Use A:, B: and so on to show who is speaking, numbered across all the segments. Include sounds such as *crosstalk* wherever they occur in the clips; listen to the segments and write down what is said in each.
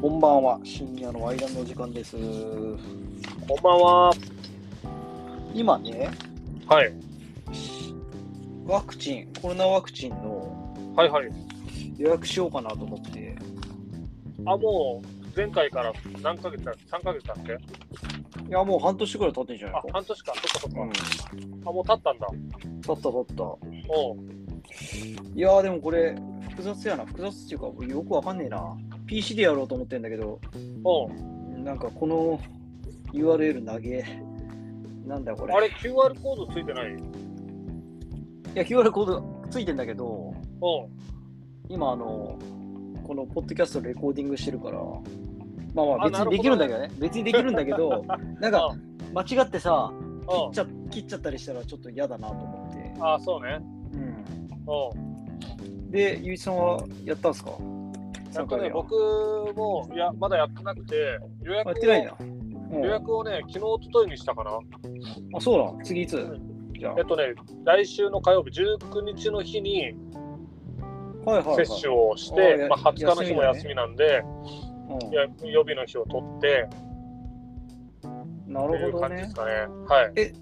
A: こんばんは、深夜のワイダンの時間です。
B: こんばんは。
A: 今ね、
B: はい。
A: ワクチン、コロナワクチンの
B: はいはい。
A: 予約しようかなと思って、
B: あ、もう前回から何ヶ月だっけ ?3 ヶ月だっけ
A: いや、もう半年くらい経ってんじゃな
B: あ
A: い、か。
B: 半年か。そっかそっか。
A: うん、経
B: あ、もう経ったんだ。
A: った経った。
B: おう。
A: いやー、でもこれ、複雑やな、複雑っていうか、俺よくわかんねえな。PC でやろうと思ってんだけど、
B: おう。
A: なんかこの URL 投げ、なんだこれ。
B: あれ、QR コードついてない
A: いや、QR コードついてんだけど、
B: おう。
A: 今あのこのポッドキャストレコーディングしてるからまあまあ
B: あ
A: 別
B: なるほど
A: にできるんだけどね別にできるんだけ *laughs* どなんか間違ってさ
B: おう。
A: ちゃ切っちゃったりしたらちょっと嫌だなと思って、
B: あ、そうね。
A: うん、
B: おう。
A: でゆういちさんはやったんすか
B: やっとね、
A: 参加料
B: 僕も、いや、まだやってなくて、予約
A: あ
B: を
A: やってないな、
B: 予
A: う
B: 約をね、昨日、一昨日にしたかな。
A: ん、あそうだ次いつじゃあ
B: えっとね、来週の火曜日、19日の日に
A: はいはい、はい
B: 接種をし
A: はいはい
B: て、
A: あ
B: まあ、
A: や
B: 20日の日も休みなんで、
A: うん
B: いや予備の日を取って、
A: な
B: とい
A: る
B: う
A: ほど
B: 感じで
A: ね
B: すかね。はい。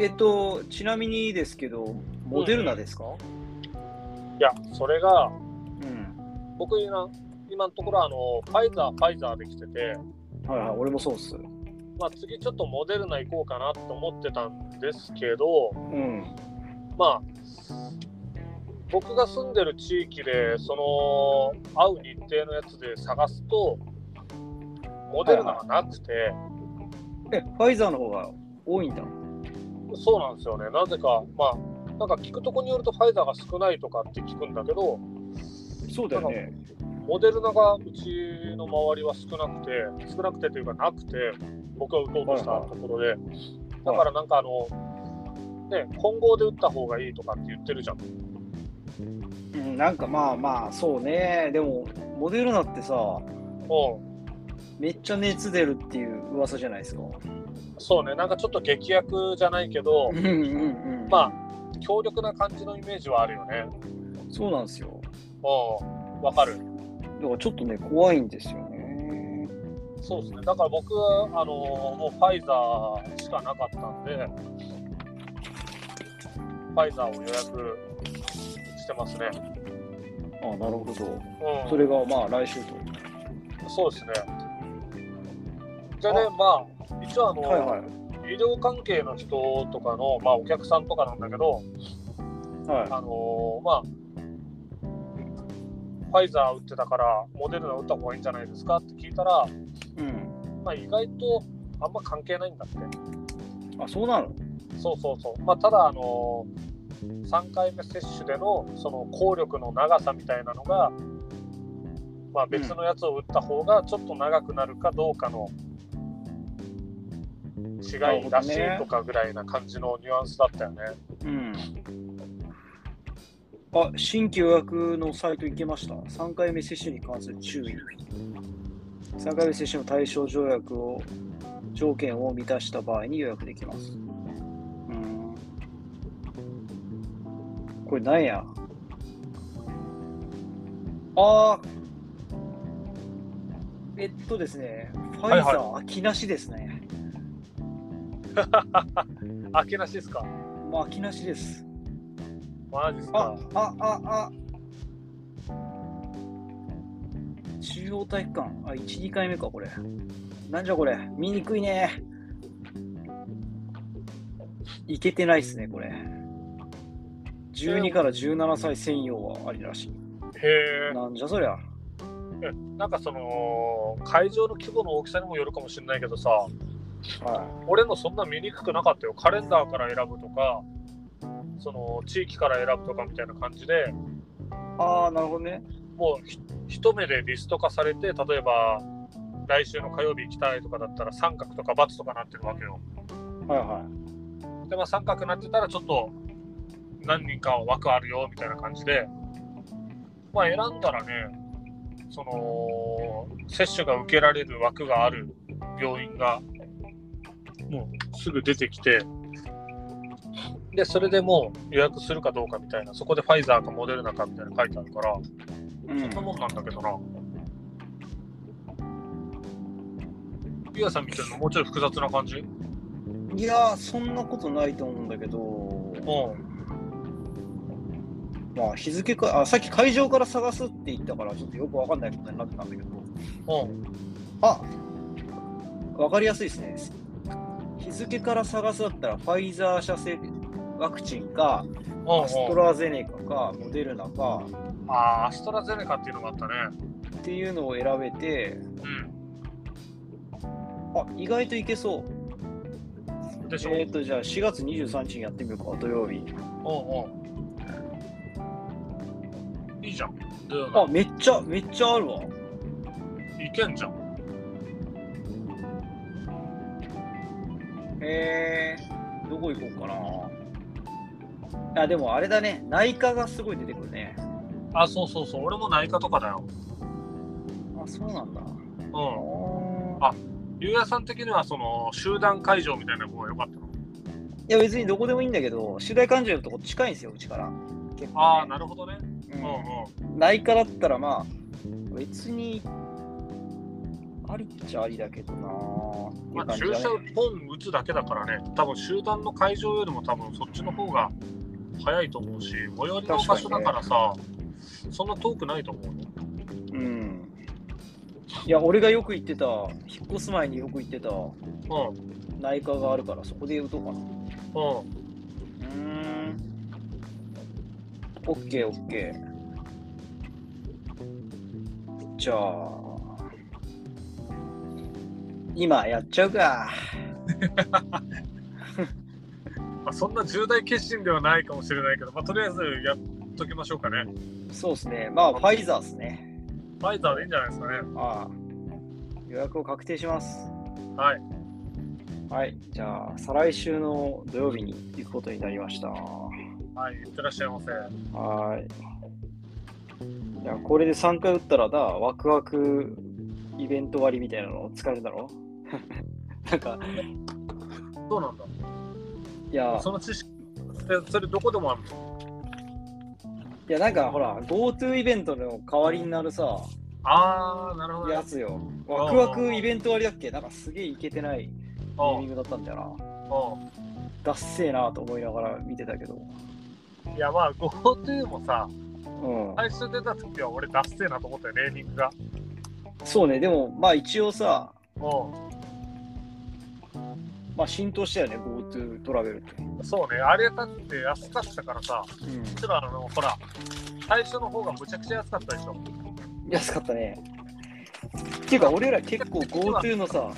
A: えっとちなみにですけどモデルナですか
B: いや、それが、
A: うん、
B: 僕今、今のところ、あの、ファイザー、ファイザーで来てて、
A: はいはい俺もそうっす
B: まあ、次ちょっとモデルナ行こうかなと思ってたんですけど、
A: うん
B: まあ、僕が住んでる地域で、その、会う日程のやつで探すと、モデルナがなくて、
A: えファイザーの方が多いんだ
B: そうなんですよね。なぜか、まあ、なんか聞くとこによるとファイザーが少ないとかって聞くんだけど、
A: そうだよね
B: モデルナがうちの周りは少なくて、少なくてというかなくて、僕は打とうとしたところで、だからなんかあの、ね、混合で打った方がいいとかって言ってるじゃん。
A: うん、なんかまあまあそうねでもモデルナってさ
B: うん、
A: めっちゃ熱出るっていう噂じゃないですか
B: そうね、なんかちょっと劇薬じゃないけど
A: う、んうんうん
B: まあ、強力な感じのイメージはあるよね。
A: そうなんですよ
B: うん、わかる。
A: だからちょっとね怖いんですよね
B: そうですね、だから僕はあのもうファイザーしかなかったんで、ファイザーを予約してますね。
A: あなるほど
B: うん、
A: それがまあ来週と
B: そうですね。じゃあね、まあ、一応あの、
A: はいはい
B: 医療関係の人とかの、まあ、お客さんとかなんだけど、
A: は
B: あのまあ、ファイザー打ってたから、モデルナ打った方がいいんじゃないですかって聞いたら、
A: いうん
B: まあ、意外とあんま関係ないんだって。
A: あそうなの
B: そうそうそう、まあ、ただ、あのー、3回目接種でのその効力の長さみたいなのが、まあ、別のやつを打った方がちょっと長くなるかどうかの違
A: なるほ
B: いらし
A: どね
B: いとかぐらいな感じのニュアンスだったよね。
A: うんあ新規予約のサイト行けました3回目接種に関する注意3回目接種の対象条約を条件を満たした場合に予約できますうんこれなんやあーえっとですねファイザ
B: はい
A: ー秋なしですね、
B: あけなしですか
A: まあ秋なしです
B: マジです
A: あ
B: か
A: あああ中央体育館あ一2回目かこれなんじゃこれ見にくいねいけてないっすねこれ12から17歳専用はありらしい
B: へ
A: なんじゃそりゃ
B: え、なんかその会場の規模の大きさにもよるかもしれないけどさ、
A: は
B: 俺のそんな見にくくなかったよカレンダーから選ぶとかその地域から選ぶとかみたいな感じで
A: いああなるほどね
B: もうひ一目でリスト化されて例えば来週の火曜日行きたいとかだったら三角とか×とかなってるわけよ
A: はいは
B: でまあ三角になってたらちょっと何人かは枠あるよみたいな感じでまあ選んだらねその接種が受けられる枠がある病院がもうすぐ出てきてでそれでもう予約するかどうかみたいなそこでファイザーかモデルナかみたいなの書いてあるから
A: い、うん
B: そんなもんなんだけどなピアさんみたいなのもうちょい複雑な感じう
A: いやー、そんなことないと思うんだけど、
B: ん。
A: まあ、日付か、あ、さっき会場から探すって言ったから、ちょっとよくわかんないことになってたんだけど、
B: うん。
A: あわかりやすいですね。日付から探すだったら、ファイザー社製ワクチンか、
B: うん
A: アストラゼネカか、モデルナか
B: うん。あーアストラゼネカっていうのがあったね。
A: っていうのを選べて、
B: う
A: あ意外といけそう。
B: ん。でしょ、
A: えっ、と、じゃあ4月23日にやってみようか、土曜日。
B: うんうん。いいじゃん。で、
A: あ、めっちゃ、めっちゃあるわ。
B: いけんじゃん。
A: えー、どこ行こうかな。あ、でもあれだね、内科がすごい出てくるね。
B: あ、そうそうそう。俺も内科とかだよ。
A: あ、そうなんだ。
B: うん。
A: あ
B: ゆうやさん的には、その、集団会場みたいな方が良かったの
A: いや、別にどこでもいいんだけど、主題患者のとこ近いんですよ、うちから。結構ね、
B: ああ、なるほどね。
A: う
B: うん
A: ん
B: うん。
A: 内科だったら、まあ、別に、ありっちゃありだけどなぁ。ってい
B: ま
A: う
B: あ、
A: 感じ
B: 注
A: だね
B: 射ポン打つだけだからね、多分集団の会場よりも多分そっちの方が早いと思うし、最寄りの場所だからさ、そんな遠くないと思うよ。
A: うん。いや、俺がよく行ってた、引っ越す前によく行ってた
B: うん
A: 内科があるから、そこで打とうかな。う
B: うん。
A: ーん。オッケー、オッケー。じゃあ、今やっちゃうか。
B: まあ、そんな重大決心ではないかもしれないけど、まあ、とりあえずやっときましょうかね。
A: そうですね。まあ、ファイザーですね。
B: ファイザーでいいんじゃないですかね。
A: ああ予約を確定します。
B: はい。
A: はい。じゃあ、再来週の土曜日に行くことになりました。は
B: はい、いってらっしゃいませ。
A: ーい。いや、これで3回打ったらだ、ワクワクイベント割みたいなの使えるだろ *laughs* なんか、
B: そうなんだ。
A: いや、
B: その知識で、それどこでもあるの
A: いやなんかほら、GoTo イベントの代わりになるさ、
B: ああ、なるほどね。
A: やつよ。ワクワクイベント割だっけなんかすげえいけてないタイミングだったんだよな。
B: う
A: ダッセーなと思いながら見てたけど。
B: んうん。いや、まあ、GoTo もさ、
A: うん。
B: 最初出た時は俺、ダッセーなと思ったよ、レーニングが。
A: そうね、でもまあ一応さ、
B: う
A: まあ浸透したよね、GoTo トラベルって。
B: ん、そうね、あれだって安かったからさ、
A: う
B: ちろんあの、ほら、最初の方がむちゃくちゃ安かったでしょ。
A: ん、安かったね。っていうか、俺ら結構 GoTo のさ、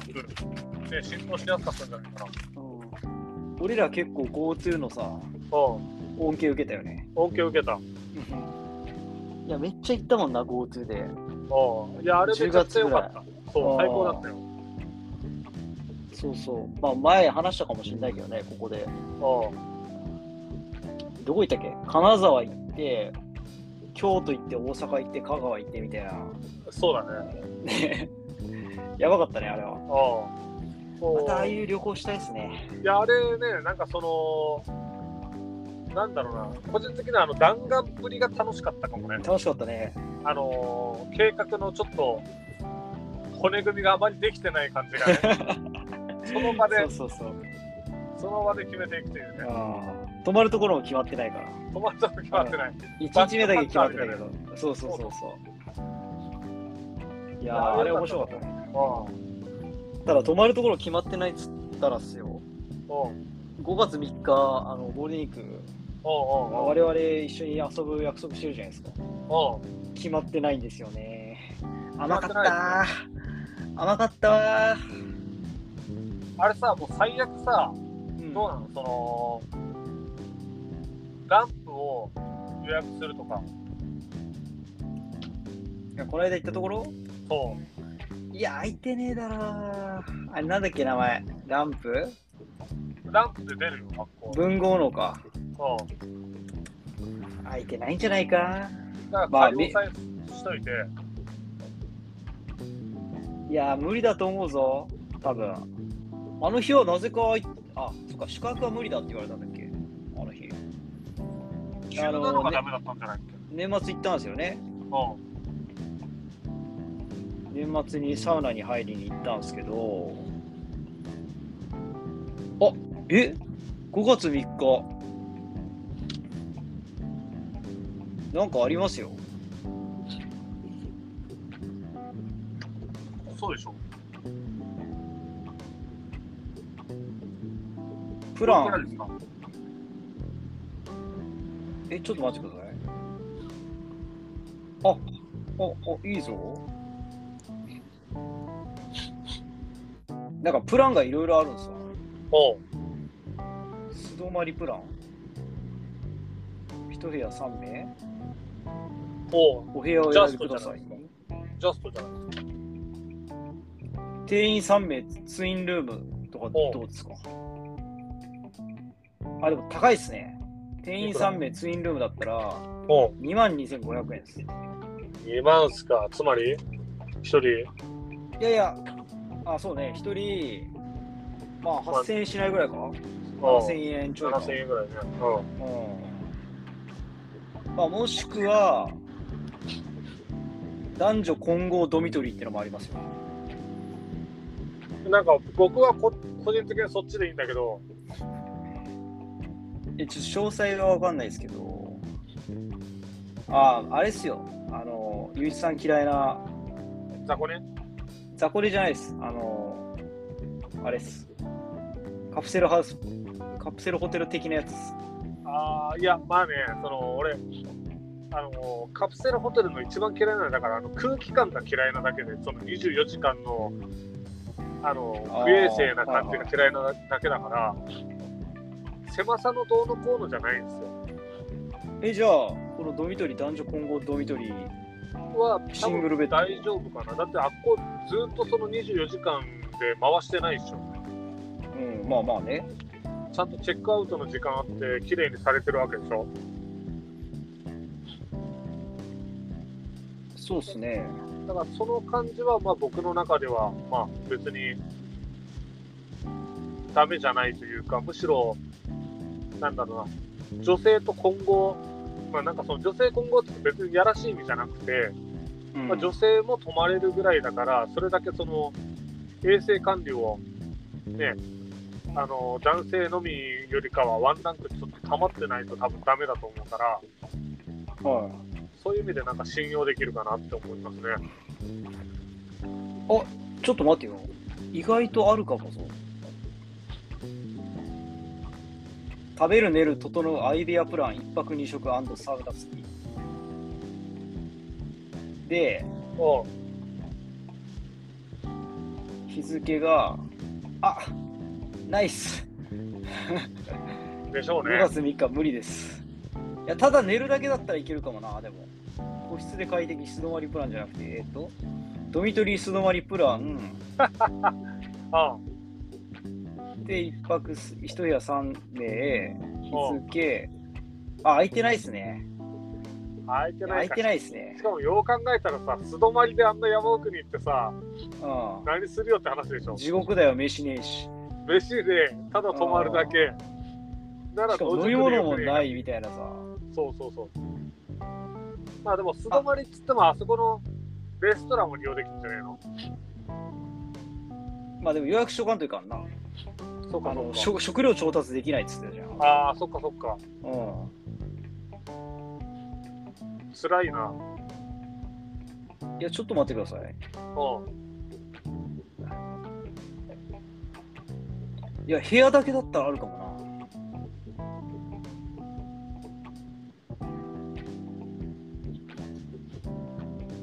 B: ね、浸透しやすかったんじゃないかな。
A: 俺ら結構 GoTo のさ、
B: うん、
A: 恩恵受けたよね。
B: 恩恵受けた。うん、
A: いや、めっちゃ行ったもんな、GoTo で。
B: いや、あれめちゃくちゃ良かった。そう、
A: あー
B: 最高だったよ。
A: そうそう。まあ前話したかもしれないけどね、ここで。
B: う
A: どこ行ったっけ金沢行って、京都行って、大阪行って、香川行ってみたいな。
B: ん、そうだね。
A: ねやばかったね、あれは
B: う。ん。そ
A: またああ
B: う
A: いう旅行したいですね。
B: いや、あれね、なんかその、なんだろうな、個人的にはあの弾丸ぶりが楽しかったかもね。
A: 楽しかったね。
B: あのー計画のちょっと骨組みがあまりできてない感じが *laughs* ねその場で
A: そうそうそう。
B: その場で決めていくというね
A: うん泊まるところも決まってないから。
B: 止まったの決まってない
A: 1日目だけ決まってたけど。そうそうそうそう。いやー、あれ面白かったね。
B: う
A: ただ、泊まるところ決まってないっつったらっすよ。
B: んうん
A: 5月3日、あのゴールデンウィーク、まあ
B: うんうん
A: 我々一緒に遊ぶ約束してるじゃないですか。
B: う
A: 決まってないんですよね。
B: ま
A: 甘
B: って
A: かっ
B: ない
A: たー。甘かったわー。
B: んあれさもう最悪さ
A: うん
B: どうなのそのランプを予約するとか
A: いやこの間行ったところ
B: そう
A: いや、空いてねえだろー。あれ、なんだっけ、名前。ランプ
B: ランプで出るよ学校
A: 文豪のか。
B: うん
A: 空いてないんじゃないか
B: だ
A: ま
B: か
A: あ
B: ら仮押さえしといて、
A: いやー、無理だと思うぞ。多分あの日はなぜか空い、あ、そっか、宿泊は無理だって言われたんだっけ。あの日。
B: 急なのがダメだったんじゃないっけ、
A: 年末行ったんですよね。
B: う
A: 年末にサウナに入りに行ったんですけど、
B: ん
A: え ?5 月3日。なんかありますよ。
B: そうでしょ
A: プ
B: プ
A: ラ
B: いくら
A: ン、
B: ですか
A: え、ちょっと待ってください。あ、あ、あ、いいぞ。なんかプランがいろいろあるんですよ。
B: おう
A: 素泊まりプラン。一部屋3名。
B: おう
A: お部屋を選んでください。
B: ジャストじゃない
A: 定員3名、ツインルームとかどうですかあ、でも高いですね。定員3名、ツインルームだったら
B: おう
A: 22,500円です。
B: 2万っすかつまり1人
A: いやいや、あ、そうね、1人、まあ8000円しないぐらいかな。
B: おう
A: 7000円ちょいか。
B: 7000円ぐらいねおう
A: うんまあ、もしくは、男女混合ドミトリーってのもありますよ。
B: なんか僕はこ個人的にそっちでいいんだけど
A: えちょっと詳細がわかんないですけど、ああ、あれっすよ、あの、ゆういちさん嫌いな、
B: 雑魚ね
A: ザコリじゃないです、あの、あれっす、カプセルハウス、カプセルホテル的なやつっす。
B: ああいやまあねその俺あのカプセルホテルの一番嫌いなのはだからあの空気感が嫌いなだけでその24時間のあの
A: あー
B: 不衛生な感じが嫌いなだけだから狭さのどうのこうのじゃないんですよ
A: え、じゃあ、このドミトリー、男女混合ドミトリー、
B: は
A: シ
B: 多
A: ングルベ
B: 分
A: ッド
B: 大丈夫かなだってあっこずっとその24時間で回してないでしょ
A: うん、まあまあね、
B: ちゃんとチェックアウトの時間あって綺麗にされてるわけでしょ
A: そうっすね。
B: だからその感じはまあ僕の中ではまあ別にダメじゃないというかむしろなんだろうな女性と混合まあなんかその女性混合って別にやらしい意味じゃなくて、
A: うん
B: まあ、女性も泊まれるぐらいだからそれだけその衛生管理をねあの男性のみよりかはワンランクちょっと保ってないと多分ダメだと思うから
A: はい
B: そういう意味でなんか信用できるかなって思いますね。
A: ちょっと待ってよ。意外とあるかもそう。食べる寝る整うアイデアプラン1泊2食サウナ付き。で、
B: おう
A: 日付が、あないっす。
B: でしょうね
A: 5。月3日無理です。いや、ただ寝るだけだったらいけるかもな、でも。個室で快適素泊まりプランじゃなくて、えっと、ドミトリー素泊まりプラン、
B: ああ
A: で、一泊す、一部屋3名、日付、あ、空いてないっすね。
B: 空いてな
A: 空
B: い
A: い
B: か
A: てないっすね
B: し。かもよう考えたらさ素泊まりであんな山奥に行ってさ
A: う
B: 何するよって話でしょ
A: ん。地獄だよ、飯ねえし。
B: 飯でただ泊まるだけなら
A: しかも
B: 同
A: 飲
B: 時
A: み
B: に
A: 物もないいみたいなさ。
B: そうそうそうまあでも素泊まりっつってもあそこのレストランも利用できるんじゃないの
A: まあでも予約しとかんといかんな。
B: そう
A: あ
B: か
A: の
B: そうか
A: 食食料調達できないっつってたじゃん。
B: ああそっかそっか
A: うん。
B: 辛いなうん
A: いや、ちょっと待ってください。いや、部屋だけだったらあるかもな。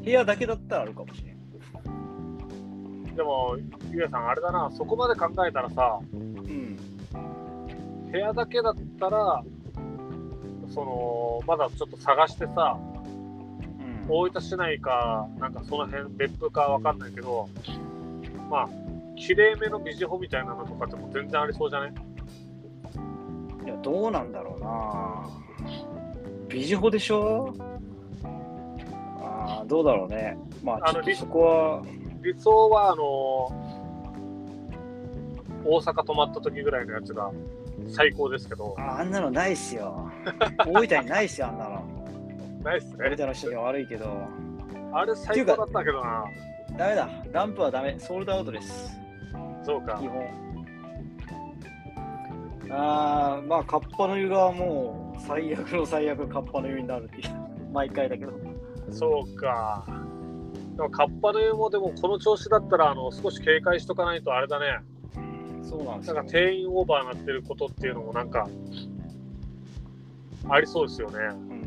A: 部屋だけだったらあるかもしれん。
B: でもゆうやさんあれだなそこまで考えたらさ
A: うん。
B: 部屋だけだったらそのまだちょっと探してさ
A: うん
B: 大分市内か、なんかその辺、別府かわかんないけど、まあ、綺麗めのビジホみたいなのとかっても全然ありそうじゃない
A: いや、どうなんだろうな。ビジホでしょああ、どうだろうね。まあ、
B: あ
A: ちょ
B: の
A: っとそこは、
B: 理想は、あのー大阪泊まった時ぐらいのやつが最高ですけど、
A: ああんなのないっすよ。大分にないっすよ、あんな
B: *laughs*
A: の。
B: ないっす
A: 大
B: ね。
A: 分の人には悪いけど。
B: あれ最高だったけどな。
A: ダメだ、ランプはダメ、ソールドアウトです。
B: そうか
A: 基。本。ああ、まあ、カッパの湯がもう、最悪の最悪、カッパの湯になるっていう、毎回だけど。
B: そうか。でもカッパの湯もでもこの調子だったらあの少し警戒しとかないとあれだね。
A: そうなんです
B: な
A: よ
B: んか。定員オーバーになってることっていうのもなんかありそうですよね。
A: うん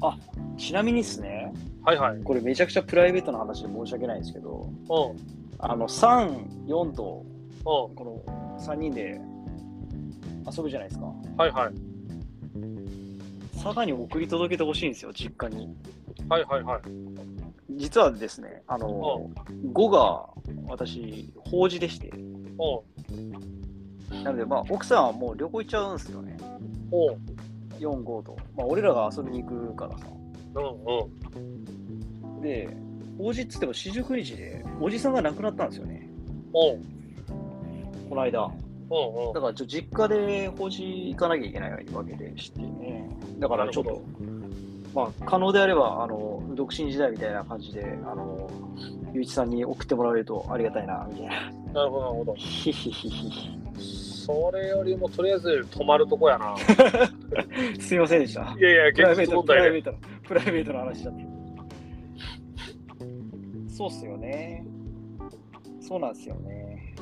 A: あ、ちなみにですね、
B: はいはい。うん。
A: これめちゃくちゃプライベートな話で申し訳ないんですけど、
B: うん。
A: あの、3、4と、この3人で遊ぶじゃないですか。
B: はいはい。
A: 佐賀に送り届けてほしいんですよ、実家に。
B: はいはいはい。
A: 実はですね、あの、5が私、法事でして、
B: おう
A: なので、まあ、奥さんはもう旅行行っちゃうんですよね、
B: おう。
A: 4、5と。まあ、俺らが遊びに行くからさ。
B: うんうん。
A: で、法事っつっても四十九日で、おじさんが亡くなったんですよね、
B: おう。
A: この間。
B: おう
A: だから、ちょ実家で法事行かなきゃいけないわけでしてね。だから、ちょっ
B: なる
A: と、まあ、可能であれば、あの、独身時代みたいな感じで、あの、ゆういちさんに送ってもらえるとありがたいな、みたいな。 *laughs*
B: うん。なるほどなるほど。
A: ひひひひ。
B: それよりもとりあえず泊まるとこ
A: *laughs*
B: やな。
A: すいませんでした。
B: いやい
A: プ
B: や
A: ライ
B: 現
A: ベー
B: 実
A: ト、
B: 問
A: プライ
B: 題
A: ベ
B: で。
A: ートの、プライベートの話だって。そうっすよね。そうなんですよね。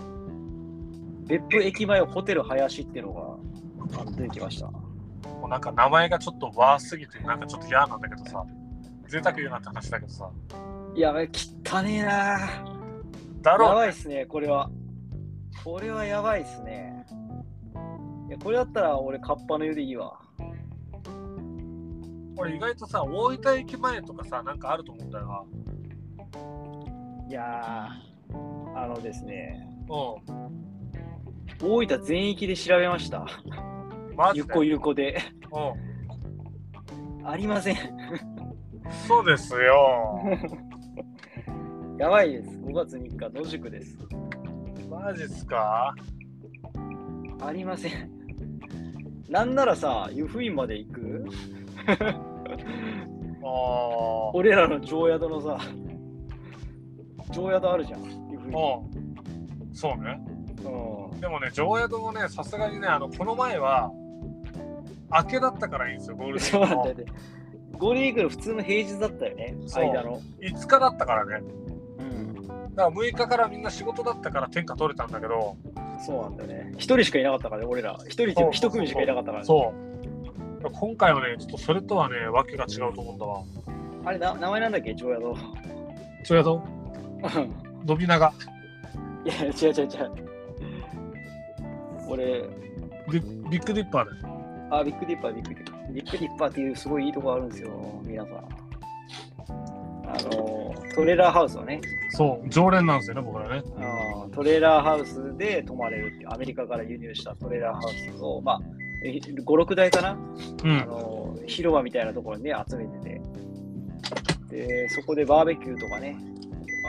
A: 別府駅前ホテル林っていうのがあの出てきました。
B: もうなんか名前がちょっとワーすぎてなんかちょっと嫌なんだけどさ。贅沢言うなって話だけどさ。
A: いやばい、汚ねえなぁ。
B: だ
A: や
B: ろうね
A: ばいっすね、これは。これはやばいっすね。いや、これだったら俺、カッパの湯でいいわ。
B: 俺意外とさ大分駅前とかさなんかあると思うんだよ
A: いやーあのですね、
B: な
A: 大分全域で調べました。
B: うんマジ
A: ゆっ
B: で
A: こゆるこで。
B: う
A: ありません。
B: んそうで
A: *laughs*
B: すよ
A: やばいです。5月3日、野宿です。
B: マジっすか
A: ありません。なんならさ、湯布院まで行く
B: おー
A: 俺らの常宿のさ、常宿あるじゃん、湯布院。
B: うんそうね
A: うん
B: でもね常宿もねさすがにねあのこの前は明けだったからいいんですよゴールデンウ
A: そうなんだ
B: ィ
A: よ
B: ー
A: ね。ゴールデンウィークの普通の平日だったよね、
B: そう
A: 間の。
B: クの5日だったからね
A: うん、
B: だから6日からみんな仕事だったから天下取れたんだけど
A: そうなんだよね。一人しかいなかったからね、俺ら。一人っていうか一組しかいなかったからね。
B: そう今回はねちょっとそれとはねわけが違うと思うんだわ
A: あれな、名前なんだっけ、常宿。 *laughs*
B: 常宿信長
A: いや、違う違う違う。俺、
B: ビビッグディッパーで
A: あ、ビッグディッパー、ビッグディッパー。ビッグディッパーっていうすごいいいとこあるんですよ、皆さん。あの、トレーラーハウスをね、
B: そう、常連なんですよね、僕らね。
A: あートレーラーハウスで泊まれるっていう、アメリカから輸入したトレーラーハウスを、まあ、え5、6台かな、
B: う
A: あ。の広場みたいなところにね、集めてて、で、そこでバーベキューとかね、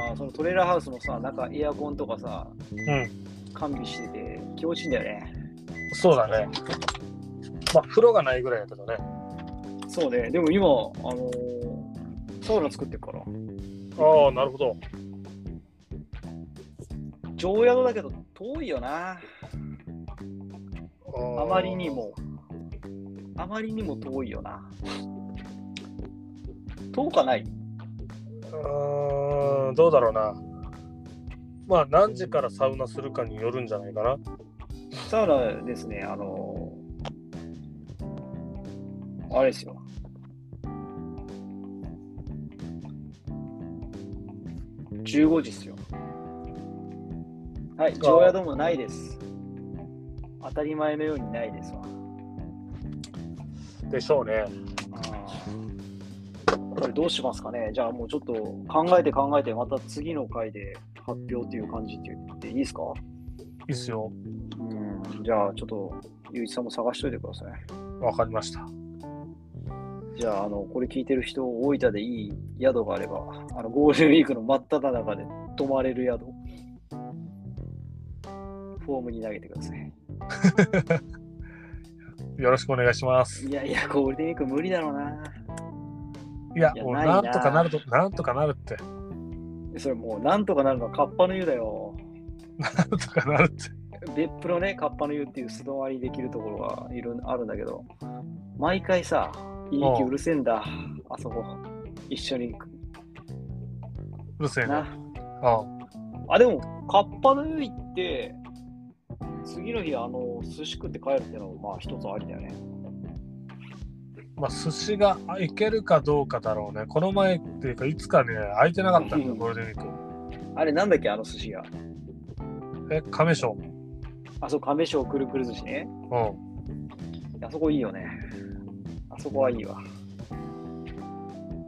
A: あーそのトレーラーハウスのさ、中エアコンとかさ、
B: うん。
A: 完備してて気持ちいいんだよね。
B: そうだね。まあ、風呂がないぐらいだけどね。
A: そうね、でも今、あのーサウナ作ってるから。
B: ああ、なるほど。
A: 常宿だけど遠いよなあまりに。もあまりにも遠いよな遠かないう
B: ーん、どうだろうな。まあ、何時からサウナするかによるんじゃないかな。
A: サウナですねあのあれですよ15時っすよはい常宿もないです当たり前のようにないですわ
B: でしょうね。
A: これどうしますかねじゃあもうちょっと考えて考えてまた次の回で発表という感じって言っていいですか
B: いいっすよ。
A: うんじゃあちょっとゆういちさんも探しといてください
B: わかりました。
A: じゃああのこれ聞いてる人大分でいい宿があればあのゴールデンウィークの真っ只中で泊まれる宿フォームに投げてください
B: よろしくお願いします。
A: いやいやゴールデンウィーク無理だろうない
B: や
A: い、や
B: 俺
A: な
B: ないん
A: な
B: とかなると、なんとかなるって。 *laughs*
A: それもうなんとかなるのはカッパの湯だよ
B: なんとかなるって。
A: 別府のね、カッパの湯っていう素泊まりできるところがいるあるんだけど、毎回さ、いい息うるせえんだ、あそこ。一緒に行く
B: うるせえな。
A: な。
B: あ
A: あ、でも、カッパの湯行って、次の日、あの、寿司食って帰るっていうのも、まあ、一つありだよね。
B: まあ、寿司が行けるかどうかだろうね。この前っていうか、いつかね、空いてなかったんだよ、
A: うん
B: ゴールデンウィー
A: あれ、なんだっけ、あの寿司が。
B: ク。え、亀賞。
A: あそこ、亀賞くるくる寿司ね。
B: うん。
A: あそこいいよね。あそこはいいわ。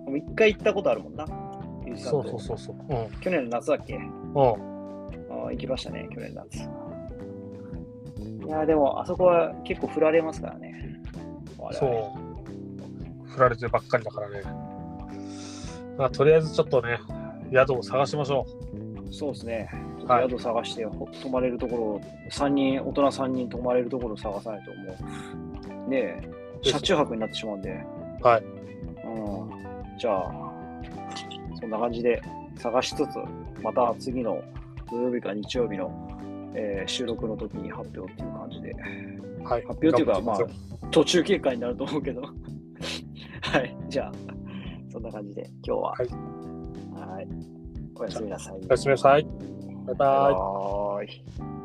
A: でも一回行ったことあるもんな。ゆうじさん
B: そ
A: と
B: うそうそうそう。う
A: 去年の夏だっけ
B: ん。うん。
A: あー行きましたね、去年の夏。いやー、でも、あそこは結構振られますからね。我々
B: そう。振られてばっかりだからね。まあ、とりあえずちょっとね、宿を探しましょ
A: そうですね。ちょっ
B: はい
A: と宿探して、ほ泊まれるところを、三人、大人3人泊まれるところを探さないと、もう、ねえ、
B: です
A: 車中泊になってしまうんで。
B: はい
A: うん。じゃあ、そんな感じで探しつつ、また次の土曜日か日曜日の、えー収録の時に発表っていう感じで、
B: う。はい。
A: 発表っていうか
B: 頑張ってき
A: 途中経過になると思うけど。 *laughs* はい。じゃあ、そんな感じで、今日は。
B: はい
A: はい。おやすみなさい。
B: ましょうおやすみなさい。バイバイ。
A: はーい。